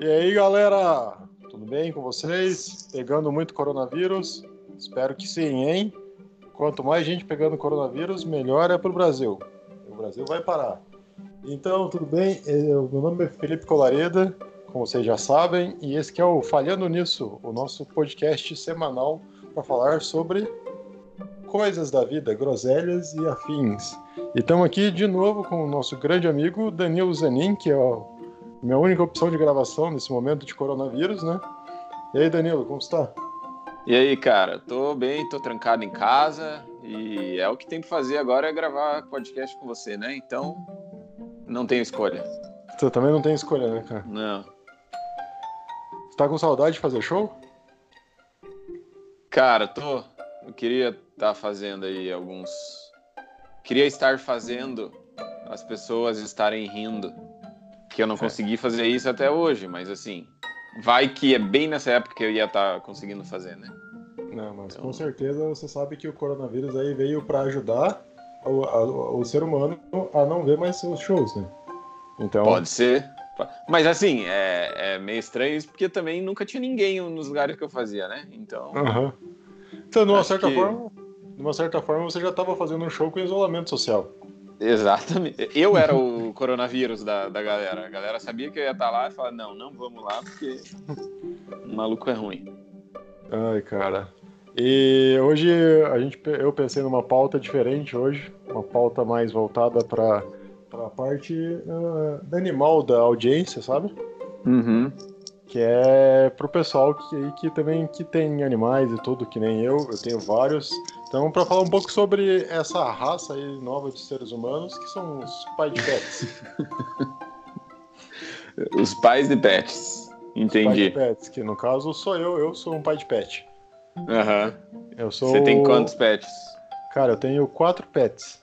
E aí, galera? Tudo bem com vocês? Pegando muito coronavírus? Espero que sim, hein? Quanto mais gente pegando coronavírus, melhor é para o Brasil. O Brasil vai parar. Então, tudo bem? Eu- meu nome é Felipe Colareda, como vocês já sabem, e esse que é o Falhando Nisso, o nosso podcast semanal para falar sobre coisas da vida, groselhas e afins. E estamos aqui de novo com o nosso grande amigo Danilo Zanin, que é a minha única opção de gravação nesse momento de coronavírus, né? E aí, Danilo, como tá? está? E aí, cara, tô bem, tô trancado em casa e é o que tem que fazer agora é gravar podcast com você, né? Então, não tenho escolha. Você também não tem escolha, né, cara? Não. Você tá com saudade de fazer show? Cara, tô. Eu queria estar fazendo aí alguns. Queria estar fazendo as pessoas estarem rindo. Que eu não consegui fazer isso até hoje, mas assim, vai que é bem nessa época que eu ia estar conseguindo fazer, né? Não, mas Então- com certeza você sabe que o coronavírus aí veio para ajudar o, a- o ser humano a não ver mais seus shows, né? Então, Pode ser. Mas assim, é, é meio estranho isso, porque também nunca tinha ninguém nos lugares que eu fazia, né? Então. Aham. Então, de uma Acho certa que- forma, de uma certa forma você já estava fazendo um show com isolamento social. Exatamente. Eu era o coronavírus da, da galera. A galera sabia que eu ia estar lá e falava, não, não vamos lá, porque o maluco é ruim. Ai, cara. E hoje a gente, pe- eu pensei numa pauta diferente hoje, uma pauta mais voltada para para a parte ah, do animal da audiência, sabe? Uhum. Que é pro pessoal que, que também que tem animais e tudo, que nem eu, eu tenho vários. Então, para falar um pouco sobre essa raça aí nova de seres humanos, que são os pai de pets. Os pais de pets. Pai de Entendi. pets, que no caso sou eu, eu sou um pai de pet. Aham. Eu sou Você tem o- quantos pets? Cara, eu tenho quatro pets.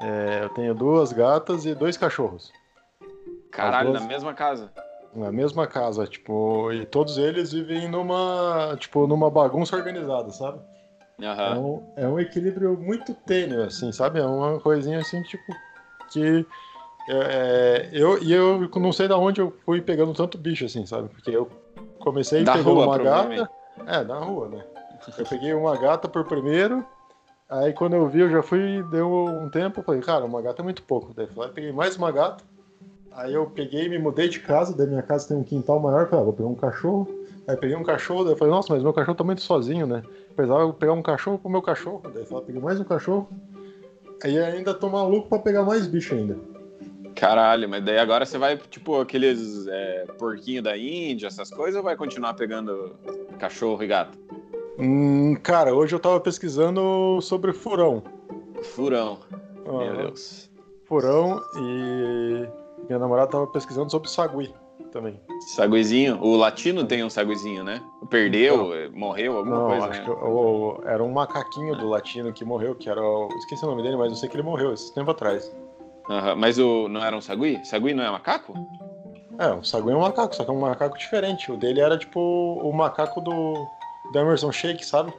É, eu tenho duas gatas e dois cachorros. Caralho, duas. na mesma casa. Na mesma casa, tipo, e todos eles vivem numa, tipo, numa bagunça organizada, sabe? É, Aham. um, é um equilíbrio muito tênue, assim, sabe? É uma coisinha assim, tipo, que é, é, eu e eu não sei da onde eu fui pegando tanto bicho, assim, sabe? Porque eu comecei Da pegando rua, uma gata, provavelmente. é, da rua, né? Eu peguei uma gata por primeiro, aí quando eu vi, eu já fui, deu um tempo, eu falei, cara, uma gata é muito pouco. Daí eu fui lá e peguei mais uma gata. Aí eu peguei, me mudei de casa, daí minha casa tem um quintal maior, eu falei, ah, vou pegar um cachorro. Aí peguei um cachorro, daí eu falei, nossa, mas meu cachorro tá muito sozinho, né? Precisava pegar um cachorro pro meu cachorro, daí eu falei, peguei mais um cachorro. Aí ainda tô maluco pra pegar mais bicho ainda. Caralho, mas daí agora você vai, tipo, aqueles é, porquinho da Índia, essas coisas, ou vai continuar pegando cachorro e gato? Hum, cara, hoje eu tava pesquisando sobre furão. Furão. Meu Ah, Deus. Furão e minha namorada tava pesquisando sobre sagui também. Saguizinho. O latino tem um saguizinho, né? Perdeu, eh, morreu, alguma Não, coisa, acho né? que o- o- era um macaquinho do latino que morreu, que era. o- Esqueci o nome dele, mas eu sei que ele morreu esse tempo atrás. Aham, Mas o não era um sagui? Sagui não é macaco? É, o sagui é um macaco, só que é um macaco diferente. O dele era tipo o macaco do, do Emerson Shake, sabe?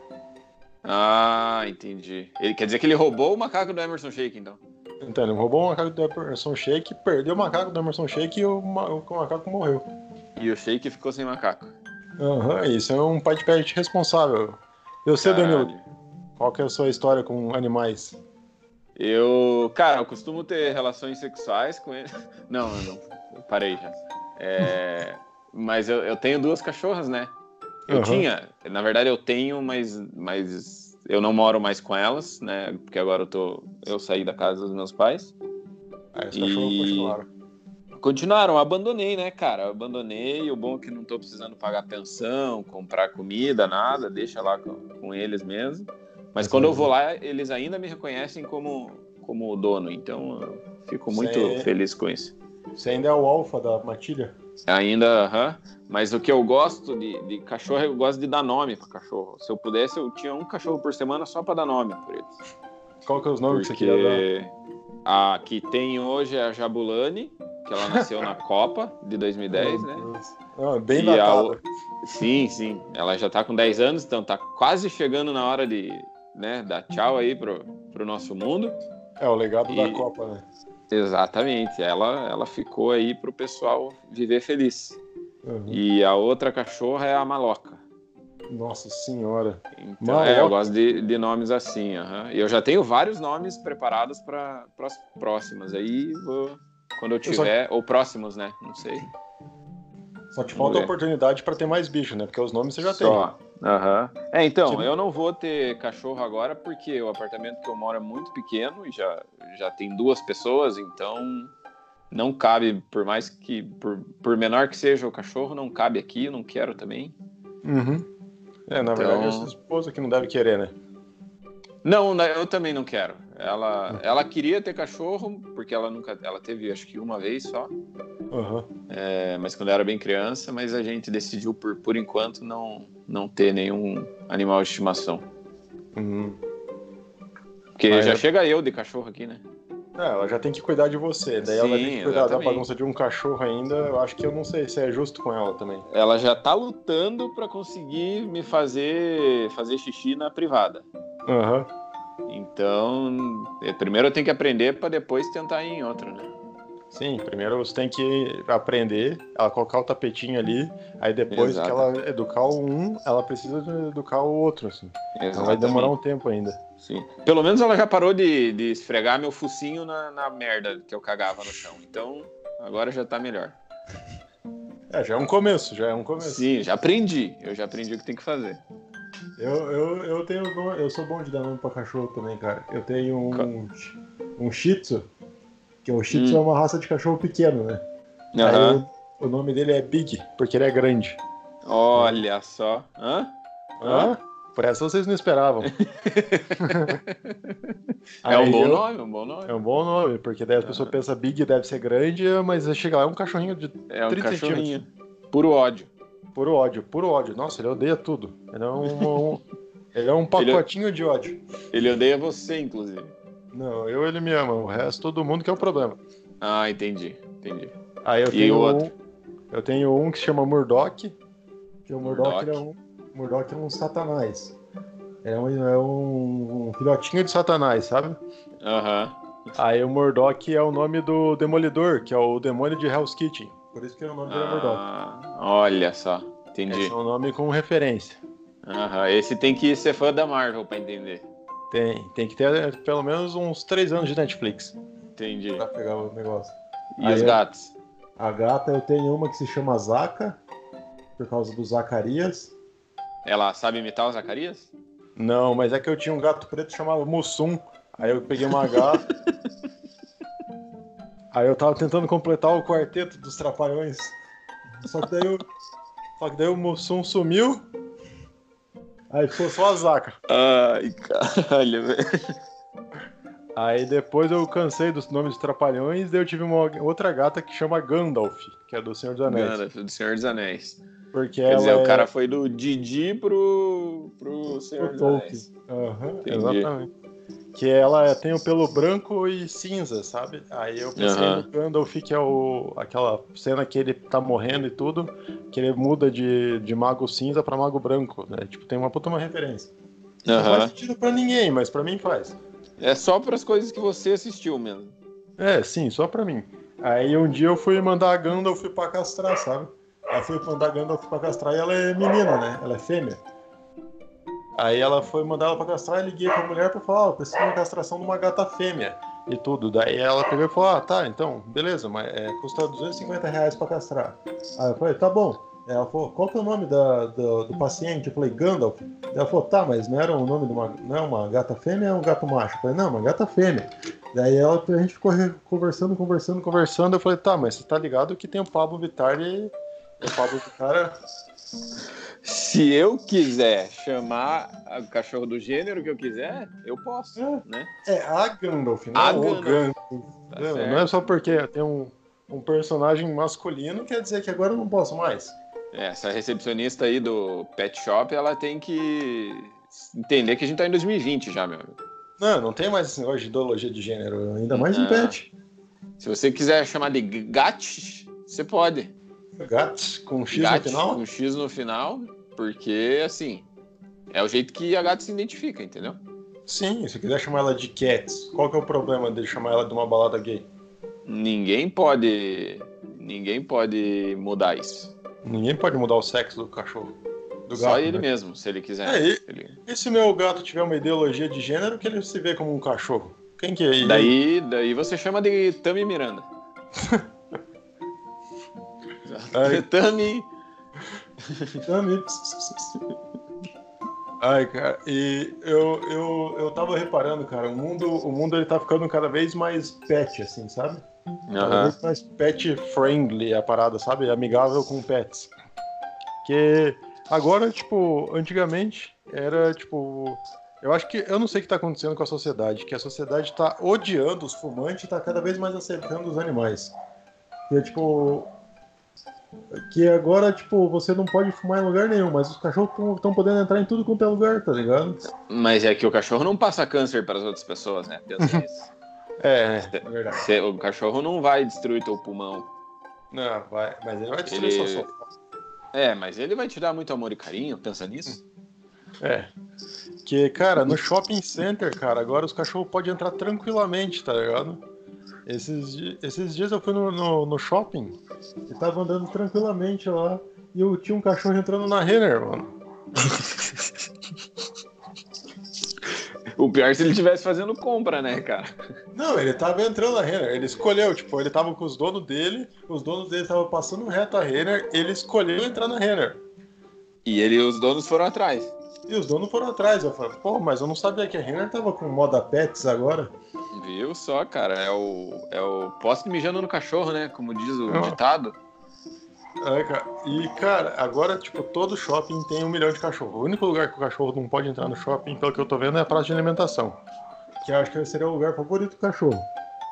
Ah, entendi. Ele quer dizer que ele roubou o macaco do Emerson Shake, então. Então, ele roubou o macaco do Emerson Shake, perdeu o macaco do Emerson Shake e o, ma- o macaco morreu. E o Shake ficou sem macaco. Aham, isso é um pai de pet responsável. Eu sei, Danilo, Caralho. qual que é a sua história com animais? Eu, cara, eu costumo ter relações sexuais com ele. Não, eu não. Eu parei já. É, mas eu, eu tenho duas cachorras, né? Eu Aham. tinha, na verdade eu tenho, mas, mas eu não moro mais com elas, né? Porque agora eu tô, eu saí da casa dos meus pais. Ah, os E- cachorros continuaram. Continuaram, abandonei, né, cara? Eu abandonei. O bom é que não tô precisando pagar pensão, comprar comida, nada, deixa lá com, com eles mesmo. Mas quando eu vou lá, eles ainda me reconhecem como, como o dono, então eu fico muito Sei. feliz com isso. Você ainda é o alfa da matilha? Ainda, aham. mas o que eu gosto de, de cachorro, eu gosto de dar nome pra cachorro. Se eu pudesse, eu tinha um cachorro por semana só pra dar nome por eles. Qual que é os nomes que você queria Porque a que tem hoje é a Jabulani, que ela nasceu na Copa de dar? 2010, né? Ah, bem E datado. Sim, sim. Ela já tá com 10 anos, então tá quase chegando na hora de né, dar tchau aí pro, pro nosso mundo. É o legado da E- Copa, né? Exatamente. Ela, ela ficou aí pro pessoal viver feliz. Uhum. E a outra cachorra é a maloca. Nossa senhora. Então, Maloca. é, eu gosto de, de nomes assim. aham. E eu já tenho vários nomes preparados para as próximas. Aí, vou- quando eu Eu só- tiver, ou próximos, né? Não sei. Só te falta Ué. oportunidade pra ter mais bicho, né? Porque os nomes você já tem. Só. Aham. É, então, Sim. eu não vou ter cachorro agora porque o apartamento que eu moro é muito pequeno e já, já tem duas pessoas, então não cabe, por mais que, por, por menor que seja o cachorro, não cabe aqui, eu não quero também. Uhum. É, na Então- verdade, essa esposa que não deve querer, né? Não, na- eu também não quero. Ela, ela queria ter cachorro, porque ela nunca. Ela teve acho que uma vez só, Uhum. é, mas quando eu era bem criança, mas a gente decidiu por, por enquanto não, não ter nenhum animal de estimação. Uhum. Porque Mas já é- chega eu de cachorro aqui, né? É, ela já tem que cuidar de você. Daí ela vai Sim, ter que cuidar exatamente. da bagunça de um cachorro ainda. Eu acho que eu não sei se é justo com ela também. Ela já tá lutando pra conseguir me fazer fazer xixi na privada. Aham. Então, é, primeiro eu tenho que aprender pra depois tentar ir em outra, né? Sim, primeiro você tem que aprender a colocar o tapetinho ali, aí depois Exato. que ela educar um, ela precisa de educar o outro, assim. Então vai demorar um tempo ainda. Sim. Pelo menos ela já parou de, de esfregar meu focinho na, na merda que eu cagava no chão. Então, agora já tá melhor. É, já é um começo, já é um começo. Sim, já aprendi. Eu já aprendi o que tem que fazer. Eu, eu, eu tenho dom- eu sou bom de dar nome pra cachorro também, cara. Eu tenho Ca- um um Shih Tzu, que o Shih Tzu Hum. é uma raça de cachorro pequeno, né? Aham. Aí o, o nome dele é Big, porque ele é grande. Olha só. Hã? Hã? Por essa vocês não esperavam. É um Aí bom eu- nome, um bom nome. É um bom nome, porque daí as pessoas pensam Big deve ser grande, mas chega lá é um cachorrinho de É um 30 cachorrinho. Puro ódio. puro ódio, puro ódio. Nossa, ele odeia tudo. Ele é um, um- ele é um pacotinho de ódio. Ele odeia você, inclusive. Não, eu ele me ama, o resto todo mundo que é o problema. Ah, entendi. Entendi. Aí eu E tenho o um, eu tenho um que se chama Murdoch, que o Murdoch, Murdoch. ele é um Murdoch é um satanás. É um, é um- um filhotinho de satanás, sabe? Aham. Aí o Murdoch é o nome do demolidor, que é o demônio de Hell's Kitchen. Por isso que é o nome dele é Murdoch. Ah, olha só. Entendi. Esse é um nome com referência. Aham. Esse tem que ser fã da Marvel pra entender. Tem, tem que ter eh, pelo menos uns três anos de Netflix Entendi. pra pegar o negócio. E Aí é- os eu- gatos? A gata, eu tenho uma que se chama Zaca, por causa do Zacarias. Ela sabe imitar o Zacarias? Não, mas é que eu tinha um gato preto que chamava Mussum. Aí eu peguei uma gata. Aí eu tava tentando completar o quarteto dos trapalhões. Só que daí, o- só que daí o Mussum sumiu. Aí ficou só a Zaca. Ai, caralho, velho. Aí depois eu cansei dos nomes dos trapalhões, daí eu tive uma outra gata que chama Gandalf, que é do Senhor dos Anéis. Cara, do Senhor dos Anéis. porque Quer ela dizer, é... o cara foi do Didi pro, pro Senhor Pro dos Tolkien. Anéis. Aham, Entendi. exatamente. Que ela é, tem o pelo branco e cinza, sabe? Aí eu pensei Aham. no Gandalf, que é o, aquela cena que ele tá morrendo e tudo, que ele muda de, de mago cinza pra mago branco, né? Tipo, tem uma puta uma referência. Não faz Aham. sentido pra ninguém, mas pra mim faz. É só pras coisas que você assistiu mesmo. É, sim, só pra mim. Aí um dia eu fui mandar a Gandalf pra castrar, sabe? Aí fui mandar a Gandalf pra castrar e ela é menina, né? Ela é fêmea. Aí ela foi mandar ela pra castrar e liguei pra mulher pra falar, ó, eu preciso de uma castração de uma gata fêmea e tudo. Daí ela pegou e falou, ah, tá, então, beleza, mas é, custa 250 reais pra castrar. Aí eu falei, tá bom. Ela falou, qual que é o nome da- do, do paciente? Eu falei, Gandalf. Ela falou, tá, mas não era o nome de uma, não é uma gata fêmea, é um gato macho. Eu falei, não, uma gata fêmea. Daí ela, a gente ficou re- conversando, conversando, conversando. Eu falei, tá, mas você tá ligado que tem o Pablo Vittar e. O Pablo Vittar. Se eu quiser chamar a- o cachorro do gênero que eu quiser, eu posso, É. né? é- É a Gandalf, não A é o Gandalf. Tá não, certo. não é só porque tem um, um personagem masculino, quer dizer que agora eu não posso mais. É, Essa recepcionista aí do pet shop, ela tem que entender que a gente tá em 2020 já, meu amigo. Não, não tem mais esse negócio de ideologia de gênero, ainda mais em Ah. pet. Se você quiser chamar de g- gatos, você pode. Gatos com X Gatos, no final. com X no final, porque assim, é o jeito que a gata se identifica, entendeu? Sim, se eu quiser chamar ela de Cats, qual que é o problema de chamar ela de uma balada gay? Ninguém pode. Ninguém pode mudar isso. Ninguém pode mudar o sexo do cachorro. Do Só gato, ele né? mesmo, se ele quiser. É, e- Ele- E se meu gato tiver uma ideologia de gênero, que ele se vê como um cachorro? Quem que é? Daí, daí você chama de Tami Miranda. Ai. Tami. Dami. Ai, cara, e eu, eu, eu tava reparando, cara, o mundo, o mundo ele tá ficando cada vez mais pet, assim, sabe? Cada Aham. vez mais pet friendly a parada, sabe? Amigável com pets. Que agora, tipo, antigamente era tipo. Eu acho que. Eu não sei o que tá acontecendo com a sociedade, que a sociedade tá odiando os fumantes e tá cada vez mais aceitando os animais. Que é tipo. Que agora, tipo, você não pode fumar em lugar nenhum, mas os cachorros estão podendo entrar em tudo quanto é lugar, tá ligado? Mas é que o cachorro não passa câncer para as outras pessoas, né? Pensa nisso. É, é verdade. Você- o cachorro não vai destruir teu pulmão. Não, vai, mas ele vai destruir sua Ele- sopa. É, mas ele vai te dar muito amor e carinho, pensa nisso. É. Que, cara, no shopping center, cara, agora os cachorros podem entrar tranquilamente, tá ligado? Esses, di- esses dias eu fui no, no, no shopping e tava andando tranquilamente lá e eu tinha um cachorro entrando na Renner, mano. O pior é se ele estivesse fazendo compra, né, cara? Não, ele tava entrando na Renner, ele escolheu, tipo, ele tava com os donos dele, os donos dele estavam passando reto a Renner, ele escolheu entrar na Renner. E ele os donos foram atrás. E os donos foram atrás, eu falei, pô, mas eu não sabia que a Renner tava com moda pets agora. Viu só, cara? É o, é o poste mijando no cachorro, né? Como diz o Ah. ditado. É, cara. E, cara, agora, tipo, todo shopping tem um milhão de cachorro. O único lugar que o cachorro não pode entrar no shopping, pelo que eu tô vendo, é a praça de alimentação. Que eu acho que seria o lugar favorito do cachorro.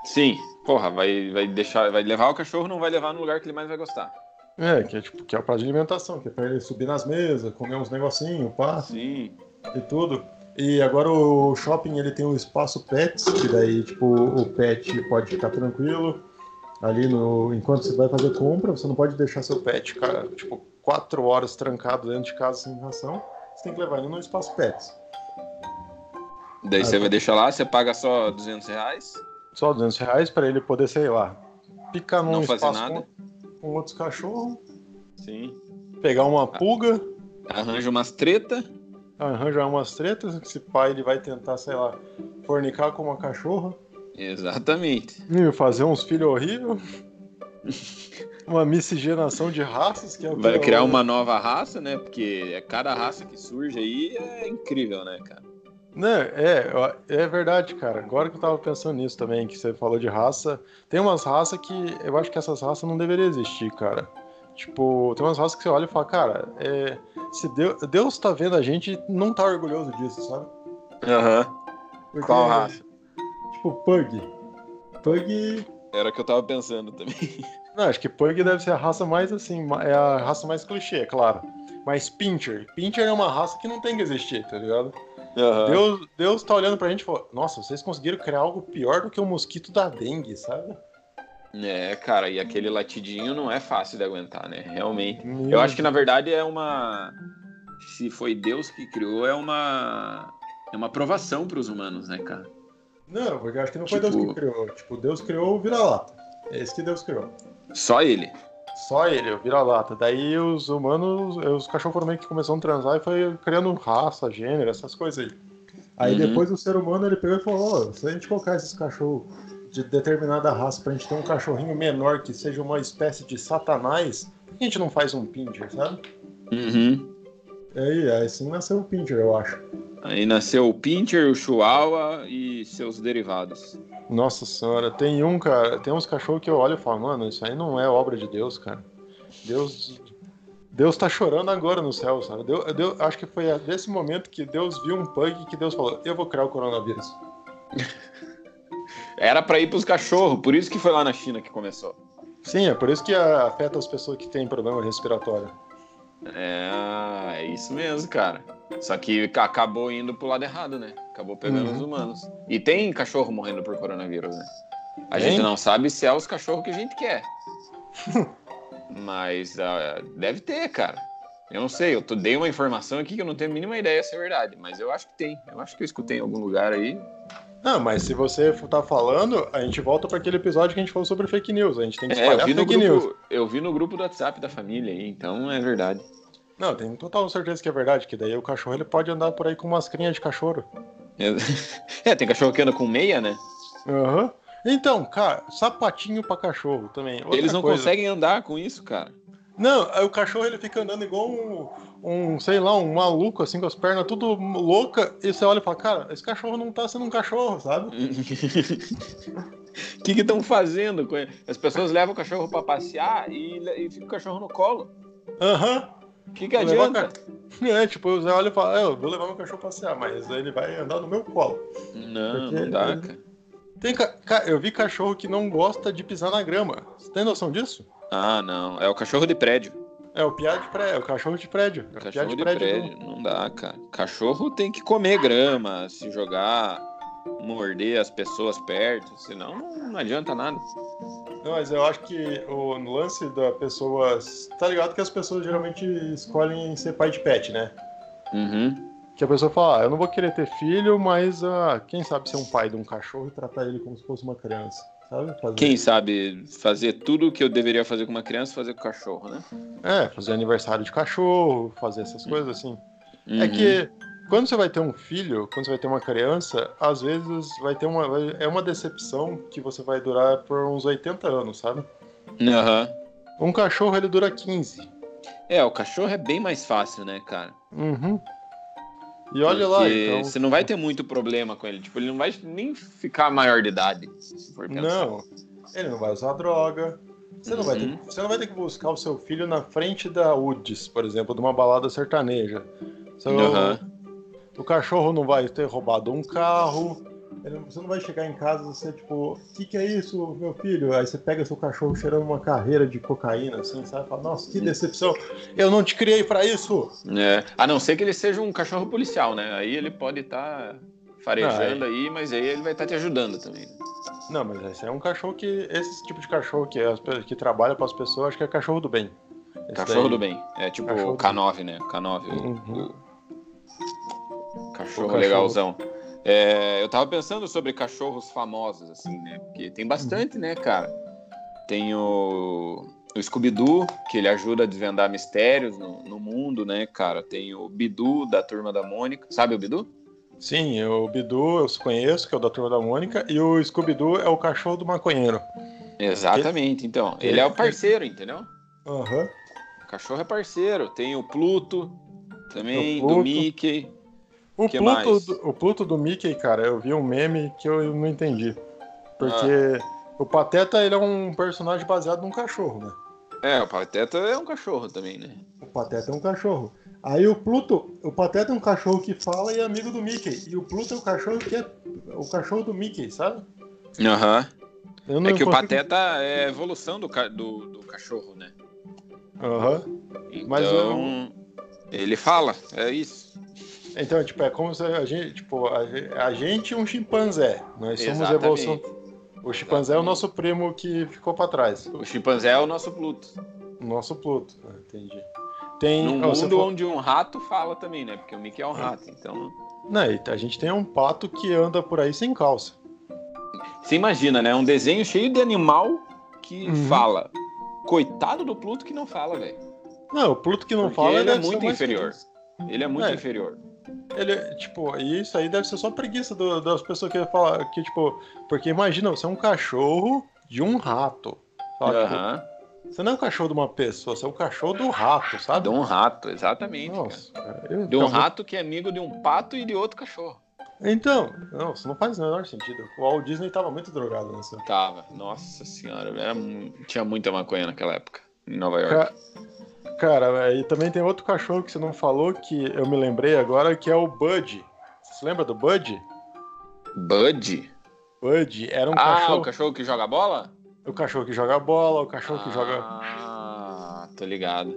Sim, porra, vai, vai deixar, vai levar o cachorro, não vai levar no lugar que ele mais vai gostar. É, que é tipo, que é a praça de alimentação, que é pra ele subir nas mesas, comer uns negocinhos, pá, Sim. e tudo. E agora o shopping, ele tem um espaço pets, que daí, tipo, o pet pode ficar tranquilo. Ali no. Enquanto você vai fazer compra, você não pode deixar seu pet, cara, tipo, quatro horas trancado dentro de casa sem ração. Você tem que levar ele no espaço pets. Daí Ah, você tá. vai deixar lá, você paga só 200 reais. só 200 reais pra ele poder, sei lá, picar num Não fazer espaço nada. Com, com outros cachorros, Sim. pegar Ah. uma pulga, Arranja umas treta. arranjar umas tretas, que esse pai ele vai tentar, sei lá, fornicar com uma cachorra, Exatamente. e fazer uns filhos horríveis, uma miscigenação de raças, que é o que Vai eu- criar uma nova raça, né? Porque é cada raça que surge aí é incrível, né, cara? Não, é, ó, é verdade, cara. Agora que eu tava pensando nisso também, que você falou de raça, tem umas raças que eu acho que essas raças não deveriam existir, cara. Tipo, tem umas raças que você olha e fala, cara, é, se Deus, Deus tá vendo a gente, não tá orgulhoso disso, sabe? Aham. Porque, Qual raça? Tipo, Pug. Pug. Era o que eu tava pensando também. Não, acho que Pug deve ser a raça mais assim, ma- é a raça mais clichê, é claro. Mas Pincher. Pincher é uma raça que não tem que existir, tá ligado? Aham. Deus, Deus tá olhando pra gente e falou: Nossa, vocês conseguiram criar algo pior do que o mosquito da dengue, sabe? É, cara, e aquele latidinho não é fácil de aguentar, né? Realmente. Eu acho que na verdade é uma. Se foi Deus que criou, é uma. É uma aprovação para os humanos, né, cara? Não, porque eu acho que não foi Tipo- Deus que criou. Tipo, Deus criou o vira-lata. É esse que Deus criou. Só ele. Só ele, o vira-lata. Daí os humanos, eh, os cachorros foram meio que começaram a transar e foi criando raça, gênero, essas coisas aí. Aí Uhum. depois o ser humano ele pegou e falou: "Ó, se a gente colocar esses cachorros de determinada raça pra gente ter um cachorrinho menor que seja uma espécie de satanás, por que a gente não faz um pincher, sabe? Uhum. E aí, aí sim nasceu o pincher, eu acho. Aí nasceu o Pincher, o Chihuahua e seus derivados. Nossa senhora, tem um, cara, tem uns cachorros que eu olho e falo, mano, isso aí não é obra de Deus, cara. Deus. Deus tá chorando agora no céu, sabe? Deu- deu- acho que foi nesse momento que Deus viu um pug que Deus falou, eu vou criar o coronavírus. Era para ir pros cachorros, por isso que foi lá na China que começou. Sim, é por isso que ah, afeta as pessoas que têm problema respiratório. É, é isso mesmo, cara. Só que ca- acabou indo pro lado errado, né? Acabou pegando Uhum. os humanos. E tem cachorro morrendo por coronavírus, né? A Tem? gente não sabe se é os cachorros que a gente quer. Mas ah, deve ter, cara. Eu não sei, eu tô- dei uma informação aqui que eu não tenho a mínima ideia se é verdade, mas eu acho que tem. Eu acho que eu escutei em algum lugar aí. Não, mas se você tá falando, a gente volta para aquele episódio que a gente falou sobre fake news. A gente tem que É, espalhar eu vi, no fake news. grupo, eu vi no grupo do WhatsApp da família aí, então é verdade. Não, tem total certeza que é verdade, que daí o cachorro ele pode andar por aí com mascarinha de cachorro. É, é, tem cachorro que anda com meia, né? Aham. Então, cara, sapatinho pra cachorro também. Outra Eles não coisa. conseguem andar com isso, cara. Não, aí o cachorro ele fica andando igual um, um, sei lá, um maluco, assim, com as pernas tudo louca, e você olha e fala, cara, esse cachorro não tá sendo um cachorro, sabe? O que estão fazendo? com ele? As pessoas levam o cachorro pra passear e, le- e fica o cachorro no colo. Aham. O que, que Vou levar o adianta? É, tipo, você olha e fala, é, eu vou levar meu cachorro passear, mas ele vai andar no meu colo. Não, Porque não dá, ele- cara. Tem ca... ca- Eu vi cachorro que não gosta de pisar na grama. Você tem noção disso? Ah, não. É o cachorro de prédio. É o piá de prédio, é o cachorro de prédio. É o piá Cachorro de prédio, não. dá, cara. Cachorro tem que comer grama, se jogar, morder as pessoas perto, senão não adianta nada. Não, mas eu acho que o lance da pessoa. Tá ligado que as pessoas geralmente escolhem ser pai de pet, né? Uhum. Que a pessoa fala, ah, eu não vou querer ter filho, mas ah, quem sabe ser um pai de um cachorro e tratar ele como se fosse uma criança. Sabe? Fazer- Quem sabe fazer tudo o que eu deveria fazer com uma criança, fazer com o cachorro, né? É, fazer aniversário de cachorro, fazer essas coisas assim. É Uhum. que quando você vai ter um filho, quando você vai ter uma criança, às vezes vai ter uma. vai- É uma decepção que você vai durar por uns 80 anos, sabe? Uhum. Aham. Um cachorro ele dura 15. É, o cachorro é bem mais fácil, né, cara? Uhum. E olha lá, Porque então. Você não vai ter muito problema com ele. Tipo, ele não vai nem ficar maior de idade. se for pensar. Não, ele não vai usar droga. Você, não vai ter, Uhum. você não vai ter que buscar o seu filho na frente da UDS, por exemplo, de uma balada sertaneja. Você- Aham. O cachorro não vai ter roubado um carro. ele- Você não vai chegar em casa e ser tipo, o que, que é isso, meu filho? Aí você pega seu cachorro cheirando uma carreira de cocaína, assim, sabe? Fala, nossa, Uhum. que decepção! Eu não te criei pra isso! É. A não ser que ele seja um cachorro policial, né? Aí ele pode estar Ah, é. farejando aí, mas aí ele vai estar te ajudando também. Não, mas esse é um cachorro que. Esse tipo de cachorro que, as pe- que trabalha pras pessoas, acho que é cachorro do bem. Esse Cachorro daí- do bem. É tipo Cachorro do o K9, né? K9. o- Uhum. o O Cachorro cachorro. legalzão. É, eu tava pensando sobre cachorros famosos, assim, né? Porque tem bastante, né, cara? Tem o, o Scooby-Doo, que ele ajuda a desvendar mistérios no, no mundo, né, cara? Tem o Bidu, da Turma da Mônica. Sabe o Bidu? Sim, é o Bidu eu conheço, que é o da Turma da Mônica, e o Scooby-Doo é o cachorro do maconheiro. Exatamente, então. Ele é o parceiro, entendeu? Aham. O cachorro é parceiro. Tem o Pluto, também, O Pluto. do Mickey. O, Que Pluto, mais? do- o Pluto do Mickey, cara, eu vi um meme que eu não entendi. Porque o Pateta, ele é um personagem baseado num cachorro, né? É, o Pateta é um cachorro também, né? O Pateta é um cachorro. Aí o Pluto, o Pateta é um cachorro que fala e é amigo do Mickey. E o Pluto é o cachorro que é o cachorro do Mickey, sabe? Aham. Eu É que o consigo- Pateta é a evolução do, ca- do- do cachorro, né? Aham. Então, Mas ele fala, é isso. Então, tipo, é como se a gente, tipo, a ge- a gente é um chimpanzé. Nós somos Exatamente. evolução O chimpanzé é o Exatamente. nosso primo que ficou pra trás. O chimpanzé é o nosso Pluto. O nosso Pluto. Ah, Entendi. Tem. Num ó, mundo Ah, você falou- onde um rato fala também, né? Porque o Mickey é um rato, então... Não, e a gente tem um pato que anda por aí sem calça. Você imagina, né? Um desenho cheio de animal que Uhum. fala. Coitado do Pluto que não fala, velho. Não, o Pluto que não Porque fala ele é deve ser muito mais inferior. preguiça. Ele é muito É. inferior. Ele, é, tipo, e isso aí deve ser só preguiça do- das pessoas que falam que, tipo, porque imagina, você é um cachorro de um rato. sabe? Aham. Tipo, Você não é um cachorro de uma pessoa, você é um cachorro do rato, sabe? De um rato, exatamente, cara. Tá Nossa, cara, eu- De um talvez- rato que é amigo de um pato e de outro cachorro. Então, não, isso não faz o menor sentido. O Walt Disney tava muito drogado nessa. Tava. Nossa senhora, era mu- tinha muita maconha naquela época, em Nova York. Ca- Cara, e também tem outro cachorro que você não falou, que eu me lembrei agora, que é o Bud. Você se lembra do Bud? É. Bud? Bud era um ah, cachorro. o cachorro que joga bola? O cachorro que joga bola, o cachorro que joga. Ah, tô ligado.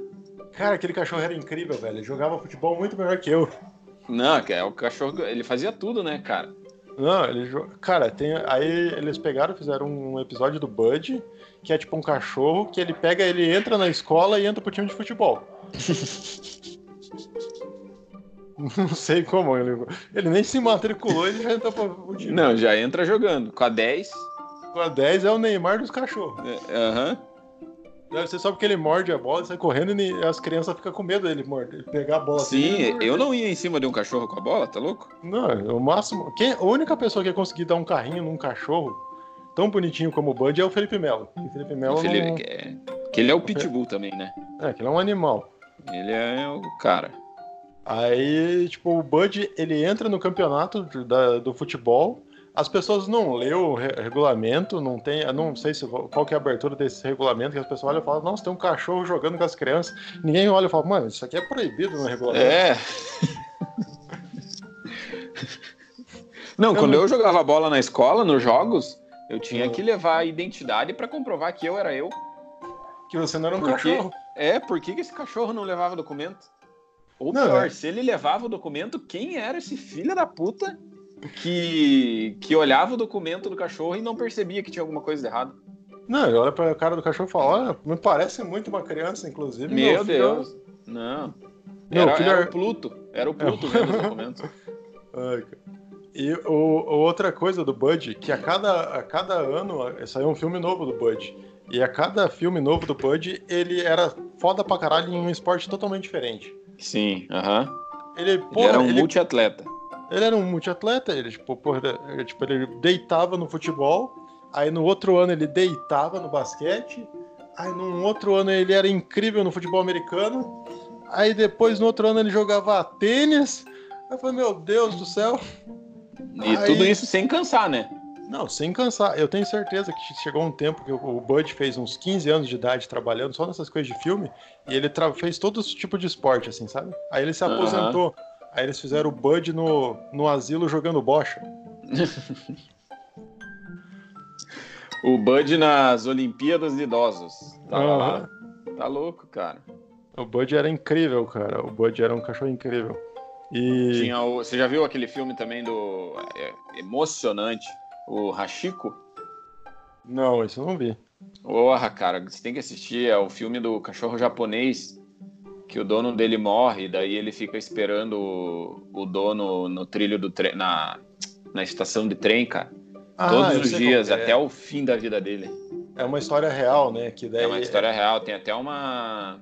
Cara, aquele cachorro era incrível, velho. Ele jogava futebol muito melhor que eu. Não, que é o cachorro, que- ele fazia tudo, né, cara? Não, ele jo... Cara, tem. Aí eles pegaram e fizeram um episódio do Bud, que é tipo um cachorro que ele pega, ele entra na escola e entra pro time de futebol. Não sei como. Ele, ele nem se matriculou, ele já entrou pra o time. Não, já entra jogando. Com a 10. Com a 10 é o Neymar dos cachorros. é, Aham. Deve ser só porque ele morde a bola, sai correndo e nem- as crianças ficam com medo dele morder, pegar a bola. assim, Sim, ele eu não ia em cima de um cachorro com a bola, tá louco? Não, é o máximo. Quem, a única pessoa que ia conseguir dar um carrinho num cachorro tão bonitinho como o Bud é o Felipe Melo. E O Felipe Melo Ele, não- é, que ele é o pitbull também, né? é, que ele é um animal. Ele é o cara. Aí, tipo, o Bud ele entra no campeonato de- da- do futebol. As pessoas não lê o re- regulamento, não tem, eu não sei se qual que é a abertura desse regulamento que as pessoas olham e falam, nossa, tem um cachorro jogando com as crianças. Ninguém olha e fala, mano, isso aqui é proibido no regulamento. É. Não, quando eu jogava bola na escola, nos jogos, eu Hum. tinha que levar a identidade pra comprovar que eu era eu. Que você não era um É. Por quê? cachorro. É, por que, que esse cachorro não levava documento? Ou Não, pior, é. se ele levava o documento, quem era esse filho da puta que, que olhava o documento do cachorro e não percebia que tinha alguma coisa de errado? Não, ele olha pra cara do cachorro e fala, olha, me parece muito uma criança, inclusive. Meu, filho- Deus. Não. Meu era, filho era é- o Pluto. Era o Pluto vendo os documentos. Ai, cara. E o, o- outra coisa do Bud, que a cada, a cada ano a- saiu um filme novo do Bud. E a cada filme novo do Bud, ele era foda pra caralho em um esporte totalmente diferente. Sim, aham. Ele, Ele porra, era um ele, multiatleta. ele era um multiatleta, ele, tipo, porra, ele, tipo, ele deitava no futebol, aí no outro ano ele deitava no basquete, aí num outro ano ele era incrível no futebol americano, aí depois no outro ano ele jogava tênis. Eu falei, meu Deus do céu. E Aí- tudo isso sem cansar, né? Não, sem cansar. Eu tenho certeza que chegou um tempo que o o Bud fez uns 15 anos de idade trabalhando só nessas coisas de filme e ele tra- fez todo esse tipo de esporte, assim, sabe? Aí ele se Aham. aposentou. Aí eles fizeram o Bud no, no asilo jogando bocha. O Bud nas Olimpíadas de Idosos. Tá lá. Tá louco, cara. O Bud era incrível, cara. O Bud era um cachorro incrível. E. Tinha o- Você já viu aquele filme também do. é, emocionante, o Hachiko? Não, isso eu não vi. Porra, cara, você tem que assistir. É o filme do cachorro japonês que o dono dele morre, daí ele fica esperando o, o dono no trilho do trem, na, na estação de trem, cara. Ah, eu Todos os sei dias, qual que é. até o fim da vida dele. É uma história real, né? Que daí É uma história real, tem até uma.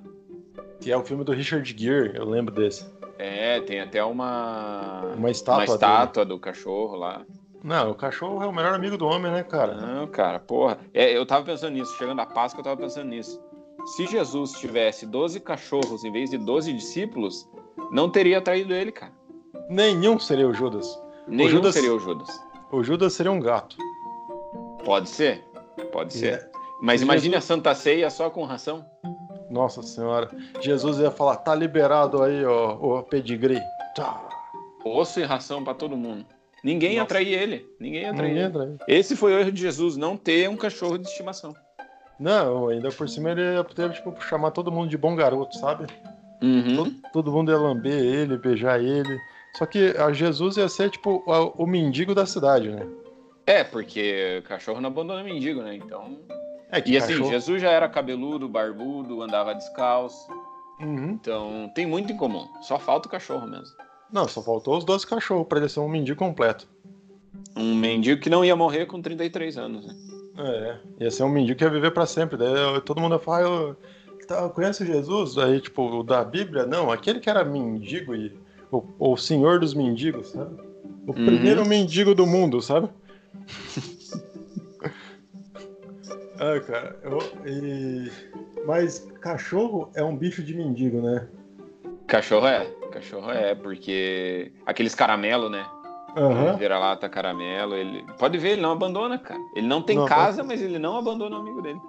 que é o filme do Richard Gere, eu lembro desse. É, tem até uma. Uma estátua Uma estátua do cachorro lá. Não, o cachorro é o melhor amigo do homem, né, cara? Não, cara, porra. É, eu tava pensando nisso, chegando à Páscoa, eu tava pensando nisso. Se Jesus tivesse 12 cachorros em vez de 12 discípulos, não teria traído ele, cara. Nenhum seria o Judas. Nenhum Judas- seria o Judas. O Judas seria um gato. Pode ser? Pode ser. É. Mas Jesus- imagine a Santa Ceia só com ração. Nossa senhora. Jesus ia falar, tá liberado aí, ó, o pedigree. Tá. Osso e ração pra todo mundo. Ninguém ia Nossa. trair ele. Ninguém ia trair Não ele. entra aí. Esse foi o erro de Jesus, não ter um cachorro de estimação. Não, ainda por cima ele ia poder, tipo, chamar todo mundo de bom garoto, sabe? Uhum. Todo mundo ia lamber ele, beijar ele. Só que a Jesus ia ser, tipo, a- o mendigo da cidade, né? É, porque cachorro não abandona mendigo, né? Então. É que E assim, cachorro- Jesus já era cabeludo, barbudo, andava descalço. Uhum. Então tem muito em comum. Só falta o cachorro mesmo. Não, só faltou os 12 cachorros pra ele ser um mendigo completo. Um mendigo que não ia morrer com 33 anos. Né? É, ia ser um mendigo que ia viver pra sempre. Daí eu- todo mundo ia falar, "Ah, eu, tá, conhece Jesus? Aí, tipo, o da Bíblia, não, aquele que era mendigo e o, o senhor dos mendigos, sabe? O primeiro mendigo do mundo, sabe? ah, cara, eu, e- mas cachorro é um bicho de mendigo, né? Cachorro é. Cachorro é, porque. Aqueles caramelo, né? Aham. Vira-lata, caramelo. Ele... Pode ver, ele não abandona, cara. Ele não tem Não, casa, mas ele não abandona o amigo dele.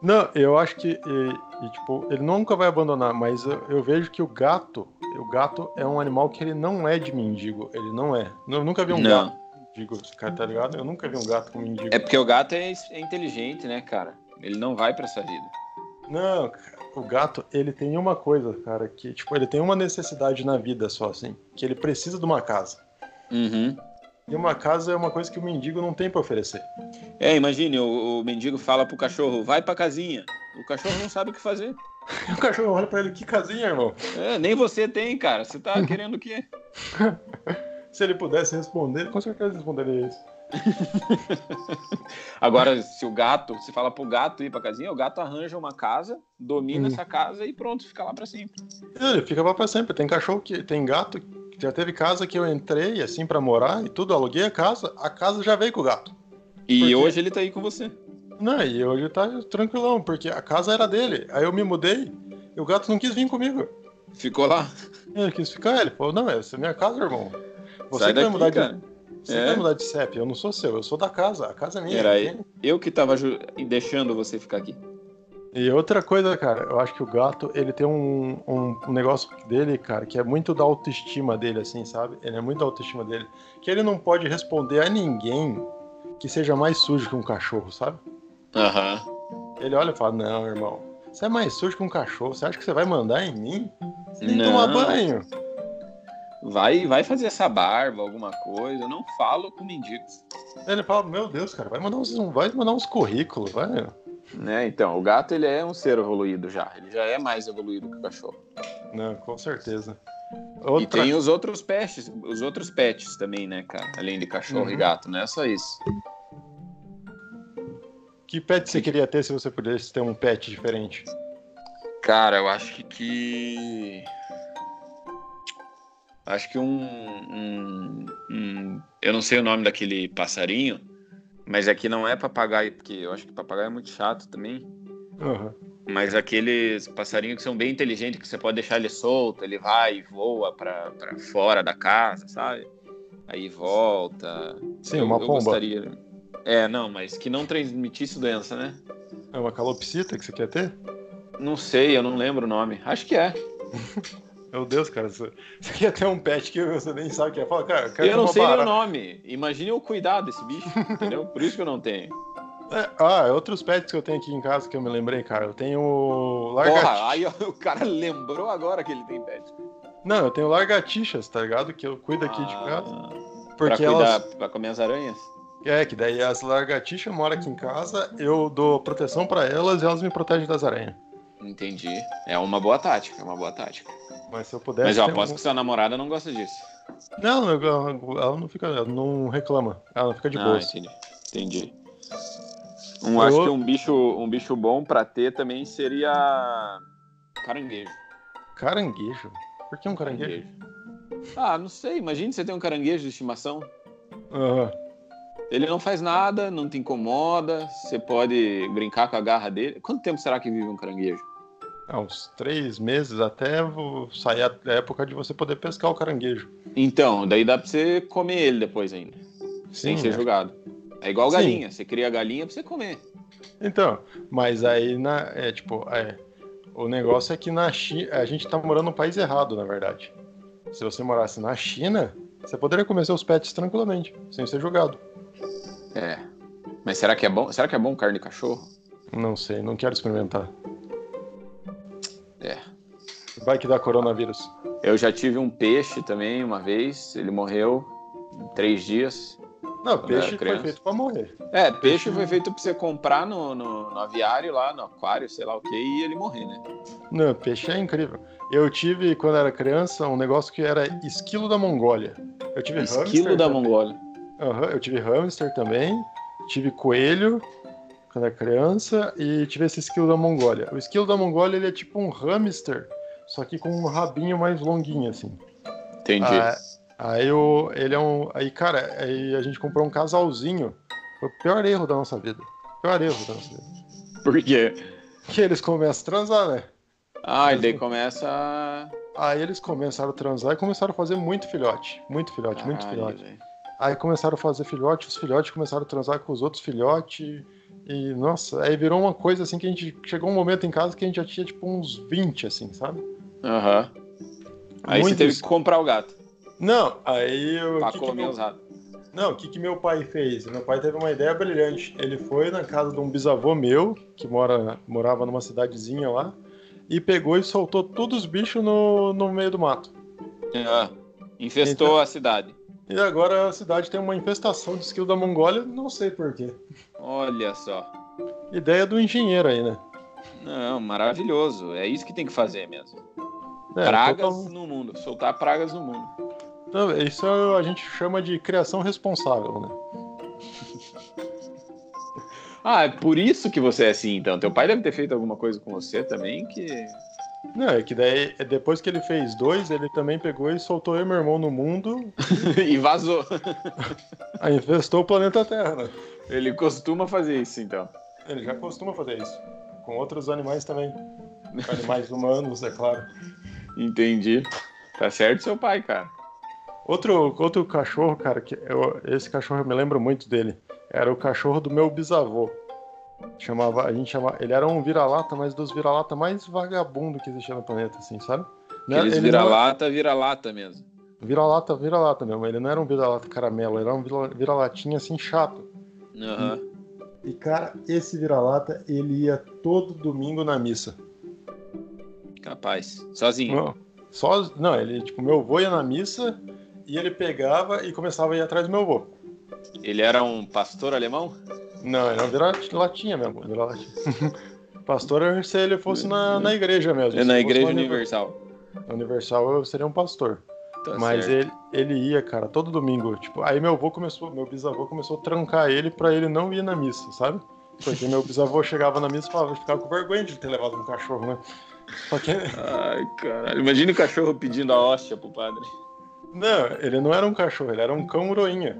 Não, eu acho que, e- e, tipo, ele nunca vai abandonar, mas eu, eu vejo que o gato, o gato é um animal que ele não é de mendigo, ele não é. Eu nunca vi um Não. gato mendigo, cara, tá ligado? Eu nunca vi um gato com mendigo. É porque o gato é, é inteligente, né, cara? Ele não vai pra essa vida. Não, cara, o gato, ele tem uma coisa, cara, que, tipo, ele tem uma necessidade na vida só, assim, que ele precisa de uma casa. Uhum. E uma casa é uma coisa que o mendigo não tem pra oferecer. É, imagine, o, o mendigo fala pro cachorro, vai pra casinha. O cachorro não sabe o que fazer. O cachorro olha pra ele, que casinha, irmão. É, nem você tem, cara. Você tá querendo o quê? Se ele pudesse responder, com certeza responderia isso. Agora, se o gato, se fala pro gato ir pra casinha, o gato arranja uma casa, domina essa casa e pronto, fica lá pra sempre. Ele fica lá pra sempre. Tem cachorro que. Tem gato. que Já teve casa que eu entrei, assim, pra morar e tudo, aluguei a casa, a casa já veio com o gato. E Por quê? hoje ele tá aí com você. Não, e hoje tá tranquilão, porque a casa era dele. Aí eu me mudei e o gato não quis vir comigo. Ficou lá. Ele quis ficar, ele falou, não, essa é minha casa, irmão. Você que vai Sai daqui, mudar cara. de. Você É. vai mudar de CEP, eu não sou seu, eu sou da casa, a casa é minha. Era aí. Eu que tava ju- deixando você ficar aqui. E outra coisa, cara, eu acho que o gato, ele tem um, um, um negócio dele, cara, que é muito da autoestima dele, assim, sabe? Ele é muito da autoestima dele. Que ele não pode responder a ninguém que seja mais sujo que um cachorro, sabe? Aham. Ele olha e fala, não, irmão, você é mais sujo que um cachorro, você acha que você vai mandar em mim? Você tem que tomar banho. Vai, vai fazer essa barba, alguma coisa. Eu não falo com mendigos. Ele fala, meu Deus, cara, vai mandar uns, vai mandar uns currículos, vai. Né? Então, o gato ele é um ser evoluído já. Ele já é mais evoluído que o cachorro. Não, com certeza. E Outra... tem os outros pets, os outros pets também, né, cara? Além de cachorro e Uhum. gato, não é só isso. Que pet você queria ter se você pudesse ter um pet diferente? Cara, eu acho que. que- Acho que um, um- um- Eu não sei o nome daquele passarinho, mas aqui não é papagaio, porque eu acho que papagaio é muito chato também. Aham. Mas aqueles passarinhos que são bem inteligentes, que você pode deixar ele solto, ele vai e voa pra, pra fora da casa, sabe? Aí volta. Sim, Eu- uma eu pomba. gostaria. É, não, mas que não transmitisse doença, né? É uma calopsita que você quer ter? Não sei, eu não lembro o nome. Acho que é. Meu Deus, cara, você, você quer ter um pet que você nem sabe o que é. Fala, cara, eu quero Eu não uma sei barata. meu nome. Imagine eu cuidar desse bicho, entendeu? Por isso que eu não tenho. É, ah, outros pets que eu tenho aqui em casa que eu me lembrei, cara. Eu tenho o largati... Porra, aí o cara lembrou agora que ele tem pet. Não, eu tenho largatixas, tá ligado? Que eu cuido aqui de casa. Ah, Pra Porque cuidar, elas. pra comer as aranhas? É, que daí as largatixas moram aqui em casa, eu dou proteção pra elas e elas me protegem das aranhas. Entendi. É uma boa tática, é uma boa tática. Mas se eu pudesse. Mas é eu ter aposto um- que sua namorada não gosta disso. Não, ela ela não fica. Ela não reclama. Ela fica de ah, boa. entendi. Entendi. Um, acho que um bicho, um bicho bom pra ter também seria caranguejo. Caranguejo. Por que um caranguejo? Ah, não sei. Imagine você tem um caranguejo de estimação. Aham. Ele não faz nada, não te incomoda, você pode brincar com a garra dele. Quanto tempo será que vive um caranguejo? Há uns três meses até vo- sair a época de você poder pescar o caranguejo. Então, daí dá pra você comer ele depois ainda, sem ser né? julgado. É igual Sim. galinha, você cria a galinha pra você comer. Então, mas aí na, é tipo, é, o negócio é que na China a gente tá morando num país errado, na verdade. Se você morasse na China, você poderia comer seus pets tranquilamente, sem ser julgado. É. Mas será que é bom? Será que é bom carne de cachorro? Não sei, não quero experimentar. É. Vai que dá coronavírus. Eu já tive um peixe também uma vez, ele morreu em três dias. Não, Quando peixe era foi criança. feito pra morrer. É, peixe né? foi feito pra você comprar no, no, no aviário lá, no aquário, sei lá o que, e ele morrer, né? Não, peixe é incrível. Eu tive, quando era criança, um negócio que era esquilo da Mongólia. Eu tive Esquilo hamster da também. Mongólia. Aham, eu tive hamster também, tive coelho quando era criança e tive esse esquilo da Mongólia. O esquilo da Mongólia ele é tipo um hamster, só que com um rabinho mais longuinho assim. Entendi. Ah, aí eu, ele é um, aí cara, aí a gente comprou um casalzinho. Foi o pior erro da nossa vida. Pior erro da nossa vida. Por quê? Que eles começam a transar, né? Ah, e daí começa. a- Aí eles começaram a transar e começaram a fazer muito filhote, muito filhote, muito Caralho, filhote. velho. Aí começaram a fazer filhote, os filhotes começaram a transar com os outros filhotes. E, nossa, aí virou uma coisa assim que a gente. Chegou um momento em casa que a gente já tinha tipo uns 20, assim, sabe? Aham. Aí você Muito teve isso. tipo um- que comprar o gato Não, aí eu. pra que que comer meu- os ratos. Não, o que, que meu pai fez? Meu pai teve uma ideia brilhante. Ele foi na casa de um bisavô meu, que mora, morava numa cidadezinha lá, e pegou e soltou todos os bichos no, no meio do mato. Ah, Infestou Então- a cidade. E agora a cidade tem uma infestação de esquilo da Mongólia, não sei porquê. Olha só. Ideia do engenheiro aí, né? Não, maravilhoso. É isso que tem que fazer mesmo. É, pragas total- no mundo. Soltar pragas no mundo. Não, então, Isso a gente chama de criação responsável, né? Ah, é por isso que você é assim, então. Teu pai deve ter feito alguma coisa com você também que. Não, é que daí, é depois que ele fez dois, ele também pegou e soltou eu e meu irmão no mundo, e vazou. aí infestou o planeta Terra, né? Ele costuma fazer isso, então. Ele já costuma fazer isso. Com outros animais também. Com animais humanos, é claro. Entendi. Tá certo, seu pai, cara. Outro, outro cachorro, cara, que eu- esse cachorro eu me lembro muito dele. Era o cachorro do meu bisavô. Chamava, a gente chamava, ele era um vira-lata, mas dos vira-lata mais vagabundo que existia no planeta, assim, sabe? Não era- Eles ele não é- era- vira-lata, vira-lata mesmo. Vira-lata, vira-lata mesmo. Ele não era um vira-lata caramelo, ele era um vira- vira-latinha assim chato. Aham. E cara, esse vira-lata, ele ia todo domingo na missa. Capaz. Sozinho. Não, só, não, ele, tipo, meu avô ia na missa e ele pegava e começava a ir atrás do meu avô. Ele era um pastor alemão? Não, era vira-latinha mesmo, vira-latinha. Pastor eu se ele fosse na, na igreja mesmo. É na Se fosse Igreja uma uni- Universal. Universal eu seria um pastor. Tá Mas certo. ele, ele ia, cara, todo domingo. Tipo, aí meu avô começou, meu bisavô começou a trancar ele pra ele não ir na missa, sabe? Porque meu bisavô chegava na missa e falava, ficava com vergonha de ter levado um cachorro, né? Só que, Ai, caralho. Imagina o cachorro pedindo a hóstia pro padre. não, ele não era um cachorro, ele era um cão uroinha.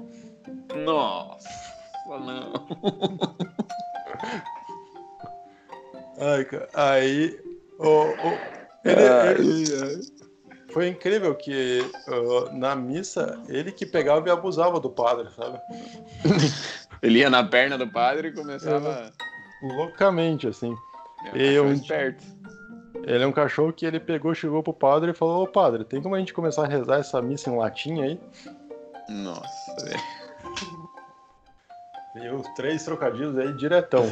Nossa, não. Ai, cara, aí, o, o- ele- ele- foi incrível que ó, na missa, ele que pegava e abusava do padre, sabe? Ele ia na perna do padre e começava. Loucamente, assim. É, Eu- cachorro esperto. Ele é um cachorro que ele pegou, chegou pro padre e falou: Ô padre, tem como a gente começar a rezar essa missa em latim aí? Nossa, velho. Deu três trocadilhos aí diretão.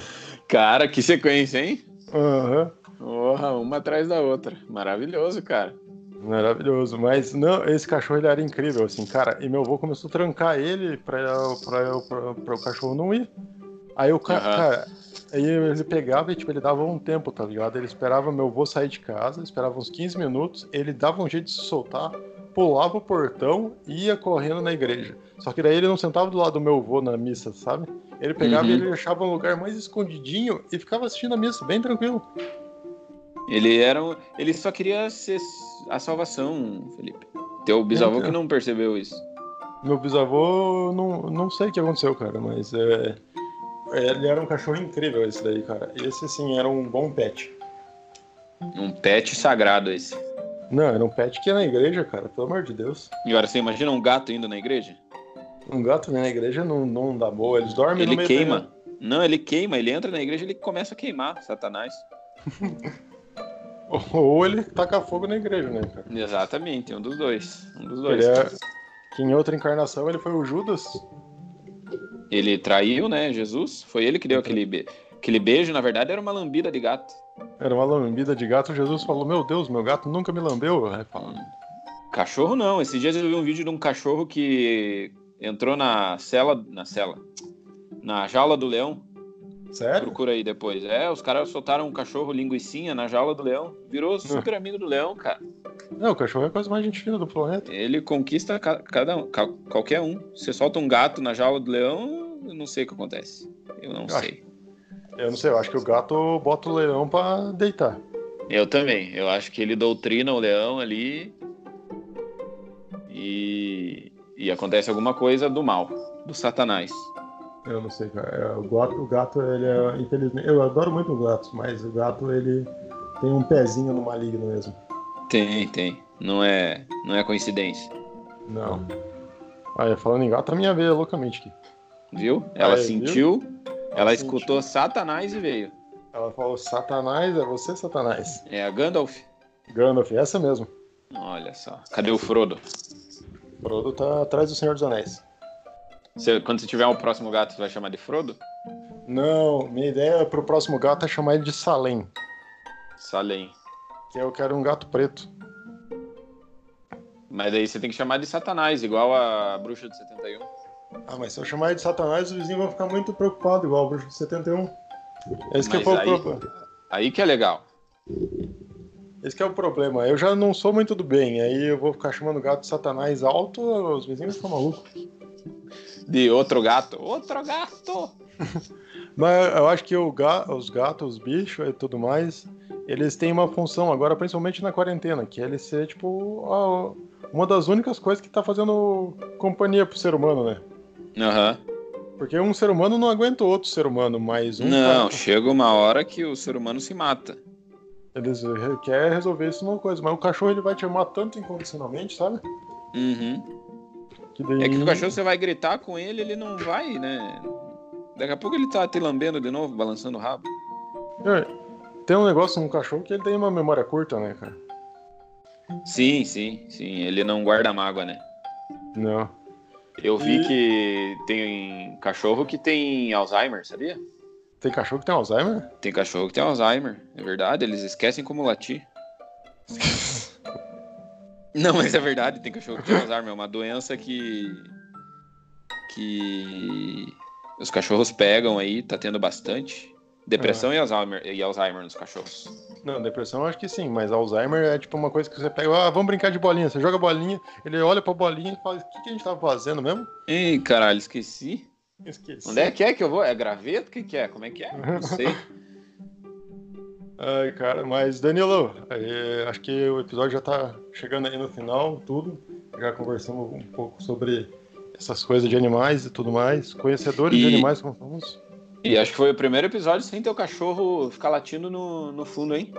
Cara, que sequência, hein? Aham. Porra, uma atrás da outra. Maravilhoso, cara. Maravilhoso. Mas não, esse cachorro ele era incrível, assim, cara. E meu avô começou a trancar ele pra, pra, pra, pra o cachorro não ir. Aí o ca- Aham. cara. Aí ele pegava e tipo, ele dava um tempo, tá ligado? Ele esperava meu avô sair de casa, esperava uns 15 minutos, ele dava um jeito de se soltar, pulava o portão e ia correndo na igreja. Só que daí ele não sentava do lado do meu avô na missa, sabe? Ele pegava e Uhum. ele achava um lugar mais escondidinho e ficava assistindo a missa, bem tranquilo. Ele era um... Ele só queria ser a salvação, Felipe. Teu bisavô que não percebeu isso. Meu bisavô, não, não sei o que aconteceu, cara, mas é, ele era um cachorro incrível esse daí, cara. Esse, assim, era um bom pet. Um pet sagrado esse. Não, era um pet que ia na igreja, cara, pelo amor de Deus. E agora você imagina um gato indo na igreja? Um gato vem na igreja não, não dá boa, eles dormem no Ele meio queima. Não, ele queima, ele entra na igreja e ele começa a queimar Satanás. Da... Ou ele taca fogo na igreja, né, cara? Exatamente, um dos dois. Um dos dois. Ele é- Que em outra encarnação ele foi o Judas. Ele traiu, né, Jesus? Foi ele que deu aquele, be... aquele beijo, na verdade, era uma lambida de gato. Era uma lambida de gato, Jesus falou, meu Deus, meu gato nunca me lambeu. Aí fala, Cachorro não. Esses dias eu vi um vídeo de um cachorro que entrou na cela. Na cela. Na jaula do leão. Sério? Procura aí depois. É, os caras soltaram um cachorro linguicinha na jaula do leão. Ah. Virou super amigo do leão, cara. Não, o cachorro é a coisa mais gente fina do planeta. Ele conquista ca- cada um, ca- qualquer um. Você solta um gato na jaula do leão, eu não sei o que acontece. Eu não Ah. sei. Eu não sei, eu acho que o gato bota o leão pra deitar. Eu também. Eu acho que ele doutrina o leão ali. E, e acontece alguma coisa do mal, do satanás. Eu não sei, cara. É, O gato, o gato, ele é, infelizmente, eu adoro muito o gato, mas o gato, ele tem um pezinho no maligno mesmo. Tem, tem. Não é, não é coincidência. Não. Aí, falando em gato, a minha veia loucamente aqui. Viu? Ela Aí, viu? sentiu, ela sentiu. escutou satanás e veio. Ela falou, Satanás, é você, Satanás. É a Gandalf. Gandalf, essa mesmo. Olha só. Cadê o Frodo? Frodo tá atrás do Senhor dos Anéis. Você- quando você tiver um próximo gato, você vai chamar de Frodo? Não, minha ideia pro próximo gato é chamar ele de Salem, Salem. que eu quero um gato preto. Mas aí você tem que chamar de Satanás, igual a Bruxa de 71. Ah, mas se eu chamar ele de um. Satanás, os vizinhos vão ficar muito preocupados, igual o Bruxo de 71. Esse É que Mas foi o aí- problema. Aí que é legal. Esse que é o problema. Eu já não sou muito do bem, aí eu vou ficar chamando o gato de satanás alto, os vizinhos ficam malucos. De outro gato. Outro gato! Mas eu acho que o ga- os gatos, os bichos e tudo mais, eles têm uma função agora, principalmente na quarentena, que é ele ser, tipo, a- uma das únicas coisas que tá fazendo companhia pro ser humano, né? Aham. Porque um ser humano não aguenta outro ser humano, mas um. Não, tá- chega uma hora que o ser humano se mata. Eles re- quer resolver isso numa coisa, mas o cachorro ele vai te amar tanto incondicionalmente, sabe? Uhum. Que daí... É que o cachorro você vai gritar com ele, ele não vai, né? Daqui a pouco ele tá te lambendo de novo, balançando o rabo. É, Tem um negócio no cachorro que ele tem uma memória curta, né, cara? Sim, sim, sim. Ele não guarda mágoa, né? Não. Eu vi E- que tem cachorro que tem Alzheimer, sabia? Tem cachorro que tem Alzheimer? Tem cachorro que tem Alzheimer, é verdade, eles esquecem como latir. Não, mas é verdade, tem cachorro que tem Alzheimer, é uma doença que que os cachorros pegam aí, tá tendo bastante. Depressão e Alzheimer e Alzheimer nos cachorros. Não, depressão eu acho que sim, mas Alzheimer é tipo uma coisa que você pega, ah, vamos brincar de bolinha. Você joga bolinha, ele olha pra bolinha e fala, o que, que a gente tava fazendo mesmo? Ih, caralho, esqueci. Esqueci. Onde é que é que eu vou? É graveto? O que que é? Como é que é? Não sei. Ai, cara, mas Danilo, é, acho que o episódio já tá chegando aí no final, tudo. Já conversamos um pouco sobre essas coisas de animais e tudo mais. Conhecedores de E- animais como somos. E acho que foi o primeiro episódio sem teu cachorro ficar latindo no, no fundo, hein?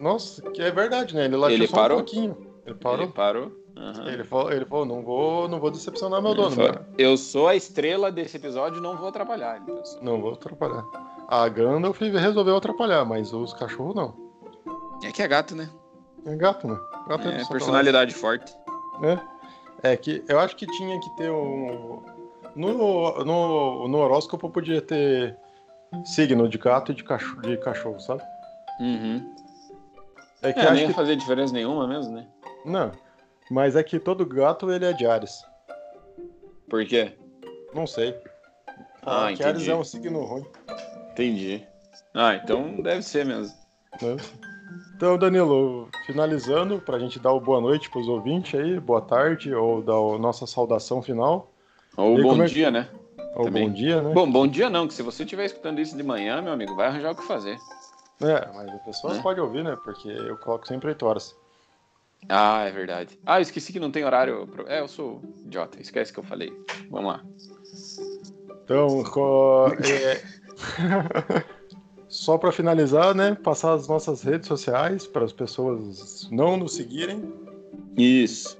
Nossa, que é verdade, né? Ele latiu Ele só parou? um pouquinho. Ele parou. Ele parou. Aham. Ele falou, ele falou, não vou, não vou decepcionar meu Ele dono, né?" falou, cara. Eu sou a estrela desse episódio, não vou atrapalhar. então, ele pensou. não vou atrapalhar. A Gandalf resolveu atrapalhar, mas os cachorros não. É que é gato, né? É gato, né? Gato É do personalidade forte. Satanás, né? É que eu acho que tinha que ter um no, no, no horóscopo podia ter signo de gato e de cachorro, de cachorro sabe? Uhum. É que É, nem acho ia que fazer diferença nenhuma mesmo, né? não. Mas é que todo gato ele é de Ares. Por quê? Não sei. Ah, que Ares entendi. é um signo ruim. Entendi. Ah, então deve ser mesmo. né? Então, Danilo, finalizando, para a gente dar o boa noite para os ouvintes aí, boa tarde, ou dar a nossa saudação final, Ou E como bom é que- dia, né? ou Também. bom dia, né? Bom, bom dia não, que se você estiver escutando isso de manhã, meu amigo, vai arranjar o que fazer. É, mas o pessoal Né? pode ouvir, né? Porque eu coloco sempre 8 horas. Ah, é verdade. Ah, eu esqueci que não tem horário. pro- É, eu sou idiota. Esquece que eu falei. Vamos lá. Então, co- é- só para finalizar, né? Passar as nossas redes sociais para as pessoas não nos seguirem. Isso.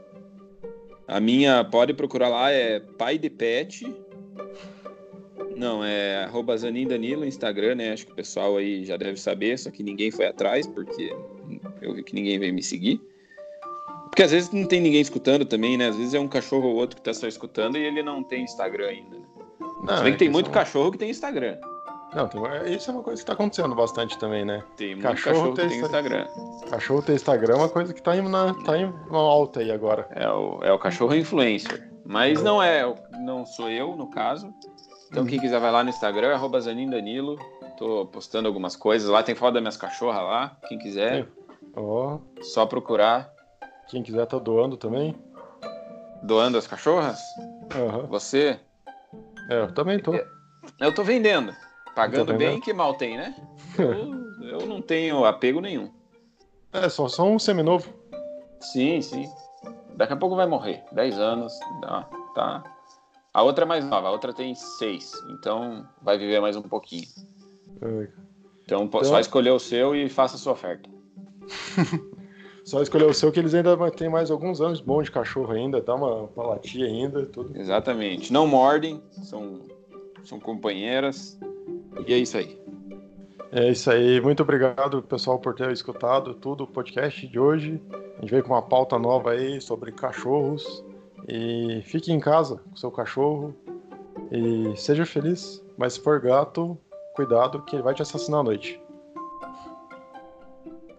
A minha, pode procurar lá, é pai de pet. Não, é arroba Zanin Danilo, Instagram, né? Acho que o pessoal aí já deve saber, só que ninguém foi atrás, porque eu vi que ninguém veio me seguir. Porque às vezes não tem ninguém escutando também, né? Às vezes é um cachorro ou outro que tá só escutando e ele não tem Instagram ainda. Né? Não, Se bem que tem isso muito é uma- cachorro que tem Instagram. Não, tem- isso é uma coisa que está acontecendo bastante também, né? Tem muito Cachorro cachorro, tem que tem Instagram. Cachorro ter Instagram é uma coisa que está em, na- tá em alta aí agora. É o, é o cachorro influencer. Mas não é, não sou eu, no caso. Então, quem quiser vai lá no Instagram, é arroba Zanin Danilo. Tô postando algumas coisas lá. Tem foto das minhas cachorras lá. Quem quiser, Ó, só procurar. quem quiser tá doando também. Doando as cachorras? Aham. Você? É, eu também tô. Eu tô vendendo. Pagando Tá bem, vendendo? que mal tem, né? Eu, eu não tenho apego nenhum. É, só, só um seminovo. Sim, sim. Daqui a pouco vai morrer. 10 anos. dá, tá. A outra é mais nova. A outra tem seis. Então, vai viver mais um pouquinho. É, Então, po- Então- só escolher o seu e faça a sua oferta. Só escolher o seu que eles ainda vai- tem mais alguns anos bom de cachorro ainda, dá uma palatia ainda e tudo. Exatamente. Não mordem, são, são companheiras. E é isso aí. É isso aí. Muito obrigado, pessoal, por ter escutado tudo o podcast de hoje. A gente veio com uma pauta nova aí sobre cachorros. E fique em casa com seu cachorro e seja feliz. Mas se for gato, cuidado que ele vai te assassinar à noite.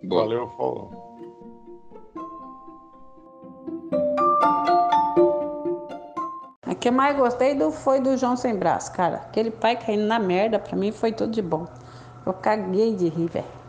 Boa. Valeu, falou. O que eu mais gostei do, foi do João Sem Braço, cara. Aquele pai caindo na merda, pra mim foi tudo de bom. Eu caguei de rir, velho.